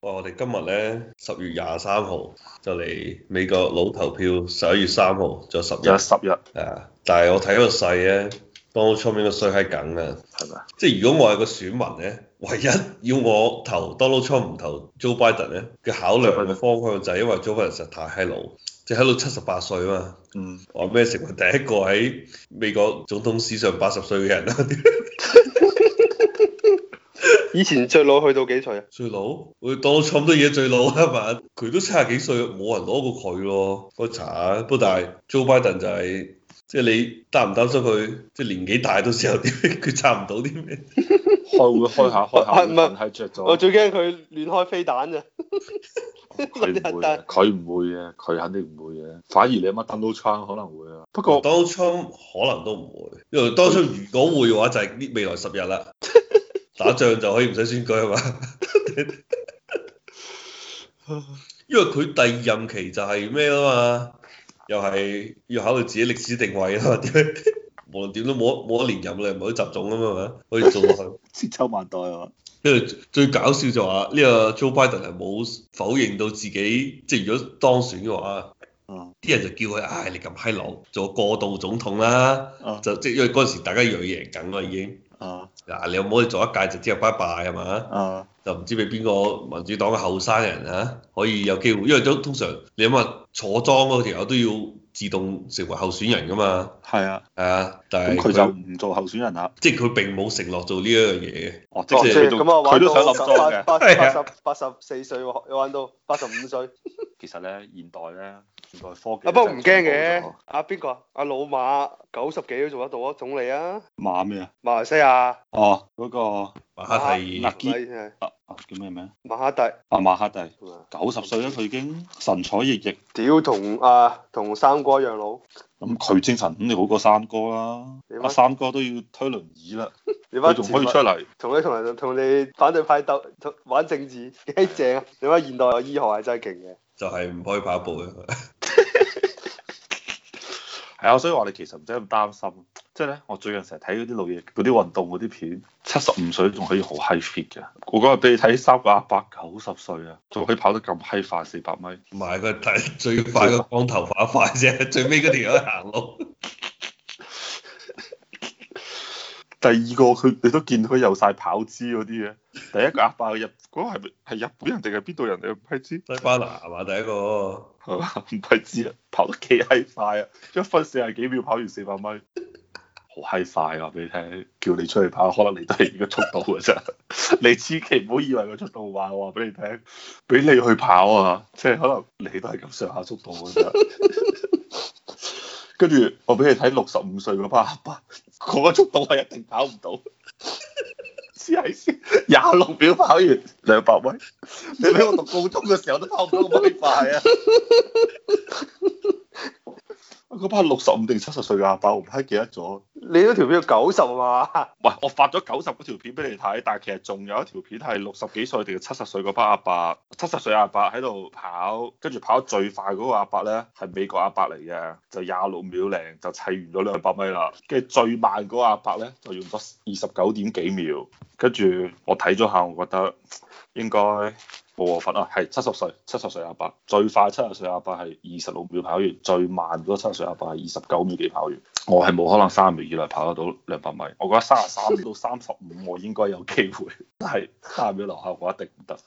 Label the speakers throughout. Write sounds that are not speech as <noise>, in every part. Speaker 1: 喂，哦我哋今日咧十月廿三號就嚟美國佬投票，十一月三號仲有十
Speaker 2: 有
Speaker 1: 日
Speaker 2: 十日
Speaker 1: 啊！但係我睇個勢咧，Donald Trump 應該衰喺緊啊！
Speaker 2: 係咪？
Speaker 1: 即係如果我係個選民咧，唯一要我投 Donald Trump 唔投 Joe Biden 咧，嘅考量嘅方向就係因為 Joe Biden 實在太閪老，即係喺到七十八歲啊嘛，
Speaker 2: 嗯，
Speaker 1: 話咩成為第一個喺美國總統史上八十歲嘅人啦？啊
Speaker 2: 以前最老去到幾歲啊？
Speaker 1: 最老，佢 Donald Trump 都已經最老啦， <laughs> 係嘛？佢都七十幾歲，冇人攞過佢咯。我查下，不過但係 Joe Biden 就係、即係你擔唔擔心佢即係年紀大到時候 <laughs> 啲咩佢撐唔到啲咩？
Speaker 3: 開會開下開
Speaker 2: 啊
Speaker 3: 下，
Speaker 2: 唔係
Speaker 3: 瞓係着
Speaker 2: 我
Speaker 3: 咗，
Speaker 2: 最驚佢亂開飛彈咋，
Speaker 3: 佢唔會嘅，佢唔會嘅，佢肯定唔會嘅。反而你乜 Donald Trump 可能會啊，不過
Speaker 1: Donald Trump 可能都唔會，因為 Donald Trump 如果會嘅話，就係、呢未來十日
Speaker 3: <laughs>
Speaker 1: 啦，打仗就可以唔使選舉係嘛？因為佢第二任期就係咩啊嘛，又係要考慮自己歷史定位啊嘛，點解無論點都冇得冇得連任啦，唔可以集中啊嘛，係咪可以做落去。
Speaker 3: <laughs> 千秋萬代啊，
Speaker 1: 跟住最搞笑就話呢個 Joe Biden 係冇否認到自己，即係如果當選嘅話，
Speaker 3: 嗯
Speaker 1: 啲人就叫佢，唉，你咁閪老，做過渡總統啦，
Speaker 3: <laughs> 啊
Speaker 1: 就即係因為嗰陣時大家以為贏緊啦已經，
Speaker 3: 啊
Speaker 1: 嗱你又唔可以做一屆就之後拜拜係嘛，
Speaker 3: 啊，
Speaker 1: 就唔知俾邊個民主黨嘅後生人啊可以有機會，因為都通常你諗下坐莊嗰條友都要自動成為候選人噶嘛，
Speaker 3: 係啊，
Speaker 1: 係啊，但
Speaker 3: 咁
Speaker 1: 係
Speaker 3: 佢就唔做候選人啦。
Speaker 1: 即係佢並冇承諾做呢一樣嘢嘅。
Speaker 3: 哦，即
Speaker 2: 哦即
Speaker 3: 係
Speaker 2: 係
Speaker 3: 佢
Speaker 2: 咁
Speaker 3: 都
Speaker 2: 啊，玩
Speaker 3: 佢都想
Speaker 2: 到
Speaker 3: 立莊嘅。
Speaker 2: 八八
Speaker 1: 係
Speaker 2: 八
Speaker 1: 啊
Speaker 2: 十八十四歲喎，玩到八十
Speaker 3: <laughs>
Speaker 2: 五歲。
Speaker 3: 其實咧，現代咧，現代科技
Speaker 2: 啊，不過唔驚
Speaker 3: 真係進步
Speaker 2: 嘅
Speaker 3: 咗。
Speaker 2: 啊，邊個啊？阿老馬九十幾都做得到啊，總理啊，
Speaker 3: 馬咩啊？
Speaker 2: 馬來西亞
Speaker 3: 哦，嗰個
Speaker 1: 馬哈蒂
Speaker 3: 啊
Speaker 2: 咪係
Speaker 3: 啊啊叫咩名？
Speaker 2: 馬哈蒂。
Speaker 3: 啊馬哈蒂，九十歲啦，佢已經神采奕奕。
Speaker 2: 屌同啊同三哥一樣老，
Speaker 3: 咁佢精神肯定好過三哥啦
Speaker 2: 點，啊
Speaker 3: 阿三哥都要推輪椅啦，
Speaker 2: 你
Speaker 3: 佢
Speaker 2: 班
Speaker 3: 仲可以出嚟。
Speaker 2: 同你同人同你反對派鬥同玩政治幾正啊！你班現代醫學係真係勁嘅，
Speaker 1: 就係唔可以跑步嘅。
Speaker 3: 係啊，所以話你其實唔使咁擔心。即係咧，我最近成日睇嗰啲老嘢，嗰啲運動嗰啲片，七十五歲仲可以好閪 fit 嘅。我嗰日俾你睇三個阿伯九十歲啊，仲可以跑得咁閪快四百米。
Speaker 1: 唔係佢睇最快個光頭快快啫，最尾嗰條友行路。
Speaker 3: 第二個佢你都見到佢有晒跑姿嗰啲嘅。第一個阿伯日嗰個係咪係日本人定係邊度人嚟？唔閪知
Speaker 1: 西班牙係嘛？第一個
Speaker 3: 係嘛？唔閪知啊，跑得幾閪快啊！一分四十幾秒跑完四百米，好閪快啊！話俾你聽，叫你出去跑，可能你都係呢個速度嘅啫。 <laughs> 你千祈唔好以為個速度慢，我話俾你聽，俾你去跑啊，即係可能你都係咁上下速度嘅啫。 <laughs> 跟住我俾你睇六十五歲嗰班阿伯，嗰、個速度係一定跑唔到。黐係先，廿六秒跑完兩百米，你俾我讀高中嘅時候都跑唔到咁閪快啊！嗰班六十五定七十歲嘅阿伯，我唔閪記得咗。
Speaker 2: 你嗰條片九十啊嘛，
Speaker 3: 喂，我發咗九十嗰條片俾你睇，但係其實仲有一條片係六十幾歲定係七十歲嗰班阿伯，七十歲阿伯喺度跑，跟住跑得最快嗰個阿伯咧係美國阿伯嚟嘅，就廿六秒零就砌完咗兩百米啦，跟住最慢嗰個阿伯咧就用咗二十九點幾秒，跟住我睇咗下，我覺得應該冇我份啊，係七十歲，七十歲阿伯最快七十歲阿伯係二十六秒跑完，最慢嗰七十歲阿伯係二十九秒幾跑完。我係冇可能三十秒以內跑得到兩百米，我覺得三十三
Speaker 1: <laughs>
Speaker 3: 到三十五我應該有機會， <laughs> 但係三十秒樓下我一定唔得。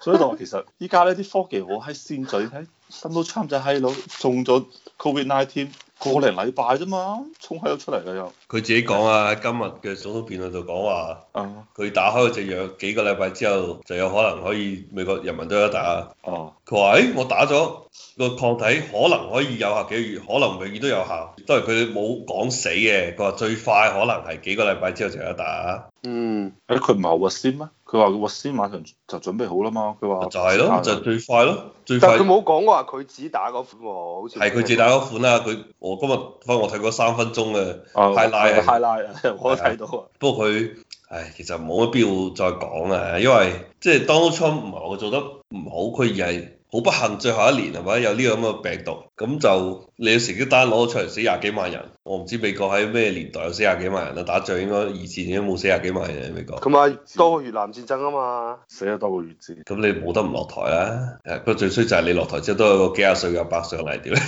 Speaker 3: 所以我其實依家呢啲科技好閪先進，睇登到參仔閪佬中咗 Covid nineteen 個零禮拜啫嘛，衝閪咗出嚟啦又。
Speaker 1: 佢自己講啊，今日嘅總統辯論就講話，
Speaker 3: 啊
Speaker 1: 佢打開嗰隻藥幾個禮拜之後就有可能可以美國人民都有得打。
Speaker 3: 哦，
Speaker 1: 佢話：，誒、哎我打咗個抗體，可能可以有效幾個月，可能永遠都有效。當然佢冇講死嘅，佢話最快可能係幾個禮拜之後就有得打。
Speaker 2: 嗯，
Speaker 3: 誒佢唔係核酸咩？佢話個核酸馬上就準備好啦嘛，佢話
Speaker 2: 哦
Speaker 1: 就係咯，就係最快咯，最
Speaker 2: 啊但
Speaker 1: 快
Speaker 2: 係佢。冇講話佢只打嗰款喎，好似
Speaker 1: 係佢自己打嗰款啦，佢我今日翻我睇過三分鐘嘅。
Speaker 3: 啊
Speaker 1: highlight 啊
Speaker 3: highlight 啊我都睇到啊。
Speaker 1: 不過佢唉，其實冇乜必要再講啦，因為即係 Donald Trump 唔係我做得唔好，佢而係好不幸最後一年係咪有呢個咁嘅病毒，咁就你要成績單攞出嚟死廿幾萬人，我唔知美國喺咩年代有死廿幾萬人啦，打仗應該二戰應該冇死廿幾萬人喺美國。
Speaker 2: 佢咪多過越南戰爭啊嘛，
Speaker 3: 死得多過越戰。
Speaker 1: 咁你冇得唔落台啦，誒不過最衰就係你落台之後都有個幾廿歲嘅阿伯上嚟屌你，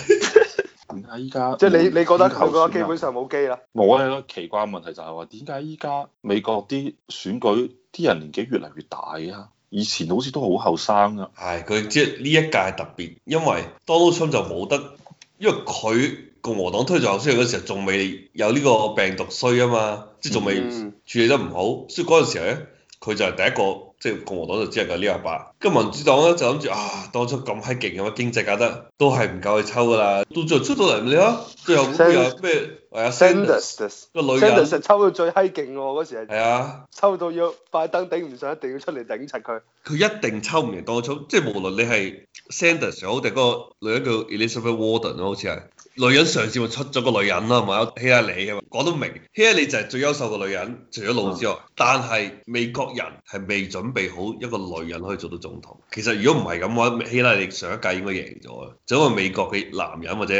Speaker 3: 點解依家
Speaker 2: 即係你你覺得佢覺得
Speaker 3: 基
Speaker 2: 基本上冇機啦，
Speaker 3: 冇啊？有一個奇怪嘅問題就係話點解依家美國啲選舉啲人年紀越嚟越大啊？以前好似都好後生啊。
Speaker 1: 係佢即係呢一屆特別，因為 Donald Trump 就冇得，因為佢共和黨推咗候選人嗰時候仲未有呢個病毒衰啊嘛，即係仲未
Speaker 2: 嗯
Speaker 1: 處理得唔好，所以嗰陣時候咧佢就係第一個。即係共和黨就只係夠呢阿伯，跟住民主黨咧就諗住啊，當初咁閪勁嘅嘛，經濟搞得都係唔夠佢抽㗎啦，到最後出到嚟你睇，最後嗰個又係咩？係啊 Sanders
Speaker 2: Sanders
Speaker 1: 個女人
Speaker 2: Sanders 抽到最閪勁喎，嗰時係
Speaker 1: 係啊。
Speaker 2: 抽到要拜登頂唔上，一定要出嚟頂柒佢。
Speaker 1: 佢一定抽唔贏 Donald Trump，即係無論你係 Sanders 又好定嗰個女人叫 Elizabeth Warden 咯，好似係女人上次咪出咗個女人啦，係咪？希拉里啊嘛，講得明，希拉里就係最優秀嘅女人，除咗老之外，但係美國人係未準備好一個女人可以做到總統。其實如果唔係咁嘅話，希拉里上一屆應該贏咗嘅，就因為美國嘅男人或者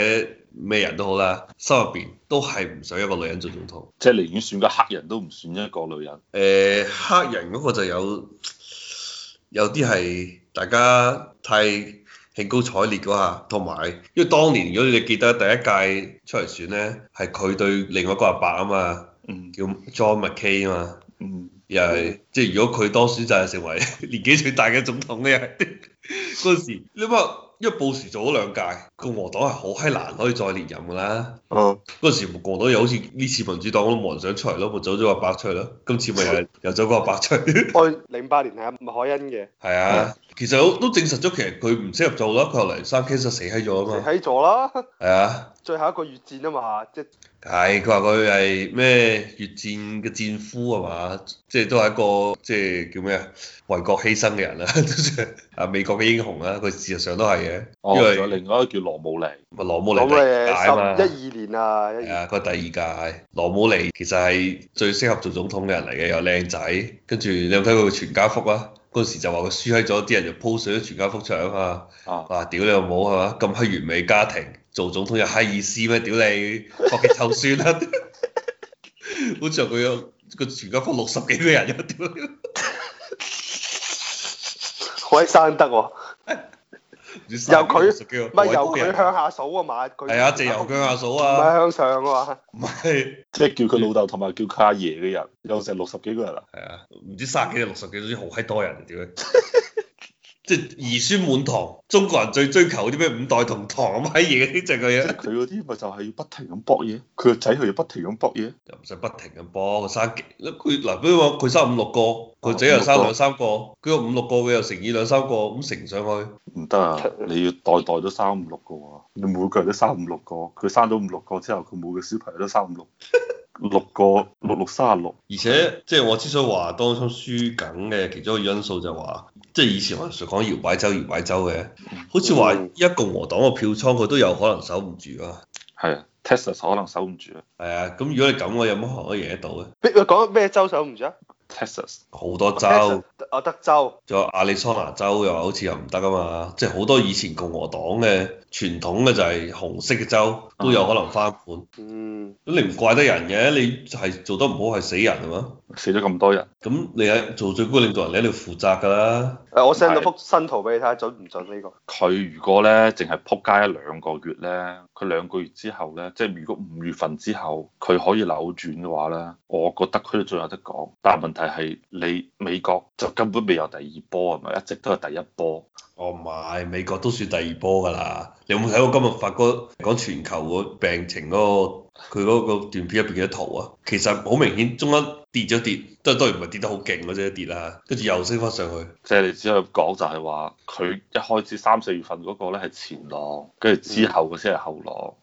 Speaker 1: 咩人都好啦，心入邊都係唔想一個女人做總統。
Speaker 3: 即係寧願選個黑人都唔選一個女人。
Speaker 1: 誒、呃黑人嗰個就有有啲係大家太興高采烈嗰下，同埋因為當年如果你記得第一屆出嚟選咧，係佢對另外一個阿伯啊嘛，
Speaker 3: 嗯
Speaker 1: 叫 John McCain 啊嘛，
Speaker 3: 嗯，
Speaker 1: 又係即係如果佢當選就係成為 <laughs> 年紀最大嘅總統嘅人嗰陣時，你諗下，因為布殊做咗兩屆，共和黨係好閪難可以再連任㗎啦。
Speaker 2: 嗯，
Speaker 1: 嗰陣時共和黨又好似呢次民主黨都冇人想出嚟咯，咪走咗個伯出嚟咯。今次咪 <laughs> 又係又走個伯出嚟，
Speaker 2: 我零八年係阿麥凱恩嘅，
Speaker 1: 係啊。其實都都證實咗，其實佢唔適合做啦。佢後嚟生 cancer 死喺咗啊
Speaker 2: 死
Speaker 1: 嘛。
Speaker 2: 喺咗啦， <laughs>
Speaker 1: 係啊，
Speaker 2: 最後一個越戰啊嘛，即係
Speaker 1: 係佢話佢係咩越戰嘅戰俘啊嘛，即係都係一個即係叫咩啊，為國犧牲嘅人啦，都算係啊 <laughs> 美國嘅英雄啦。佢事實上都係嘅，因
Speaker 3: 哦，仲
Speaker 1: 為
Speaker 3: 有另外一個叫羅姆尼。
Speaker 1: 咪羅姆尼
Speaker 2: 咁
Speaker 1: 第二屆啊嘛。
Speaker 2: 你十一二年啊，一
Speaker 1: 係
Speaker 2: 二
Speaker 1: 啊，佢第二屆羅姆尼其實係最適合做總統嘅人嚟嘅，又靚仔，跟住你有冇睇佢全家福啊？嗰陣時就話佢輸喺咗，啲人就 po 上咗全家福出嚟啊嘛！
Speaker 3: 啊，
Speaker 1: 哇，屌你老母係嘛？咁閪完美家庭，做總統有閪意思咩？屌你，國旗臭酸啦！好似話佢有個全家福六十幾個人，屌你唔
Speaker 2: 好鬼生得喎，
Speaker 1: 知
Speaker 2: 由
Speaker 1: 三
Speaker 2: 佢
Speaker 1: 幾六十幾個
Speaker 2: 唔係由
Speaker 1: 外國
Speaker 2: 佢
Speaker 1: 人
Speaker 2: 向下數啊嘛，佢
Speaker 1: 係啊，就由佢阿嫂
Speaker 2: 唔係
Speaker 1: 啊，
Speaker 2: 向上啊嘛，
Speaker 1: 唔係。
Speaker 3: 即係叫佢老豆同埋叫佢阿爺嘅人，有成六十幾個人啊。
Speaker 1: 係啊，唔知卅幾定六十幾，總之好閪多人啊！屌你， <laughs> 即係兒孫滿堂，中國人最追求啲咩五代同堂咁閪嘢嗰啲就係佢
Speaker 3: 即係
Speaker 1: 啊，
Speaker 3: 佢嗰啲咪就係要不停咁搏嘢，佢個仔佢要不停咁搏嘢。
Speaker 1: 又唔使不停咁幫佢生幾，佢嗱，比如話佢生五哦六個，佢仔又生兩三個，佢有五六個嘅又乘以兩三個咁乘上去，
Speaker 3: 唔得啊！你要代代都生五六個喎，你每個人都生五六個，佢生咗五六個之後，佢每個小朋友都生五六六個六六三十六，
Speaker 1: 而且即係我之所以話當初輸緊嘅其中一個因素就係話，即係以前我哋成日講搖擺州搖擺州嘅，好似話依家共和黨嘅票倉佢都有可能守唔住啊。
Speaker 3: 係啊，Texas 可能守唔住啊
Speaker 1: 係啊，咁如果你咁，我有乜可能可以贏得到咧？
Speaker 2: 咩講咩州守唔住啊？
Speaker 3: ，Texas
Speaker 1: 好多州
Speaker 2: Texas，。啊德州，
Speaker 1: 仲有亞利桑那州又話好似又唔得啊嘛，即係好多以前共和黨嘅傳統嘅就係紅色嘅州都有可能翻盤，咁
Speaker 2: 嗯，
Speaker 1: 你唔怪得人嘅，你係做得唔好係死人啊嘛，
Speaker 3: 死咗咁多人，
Speaker 1: 咁你喺做最高領導人，你一定要負責㗎啦。
Speaker 2: 誒我 send 咗
Speaker 3: 係
Speaker 2: 幅新圖俾你睇下準唔準呢個？
Speaker 3: 佢如果咧淨係撲街一兩個月咧，佢兩個月之後咧，即係如果五月份之後佢可以扭轉嘅話咧，我覺得佢都仲有得講。但係問題係你美國就根本未有第二波係咪？一直都係第一波。
Speaker 1: 哦，唔係，美國都算第二波㗎啦。你有冇睇過今日發哥講全球個病情嗰、個佢嗰個段片入邊嘅圖啊？其實好明顯，中間跌咗跌，都係當然唔係跌得好勁嗰隻跌啦，跟住又升翻上去。
Speaker 3: 即係你只可以講就係話，佢一開始三四月份嗰個咧係前浪，跟住之後嘅先係後浪。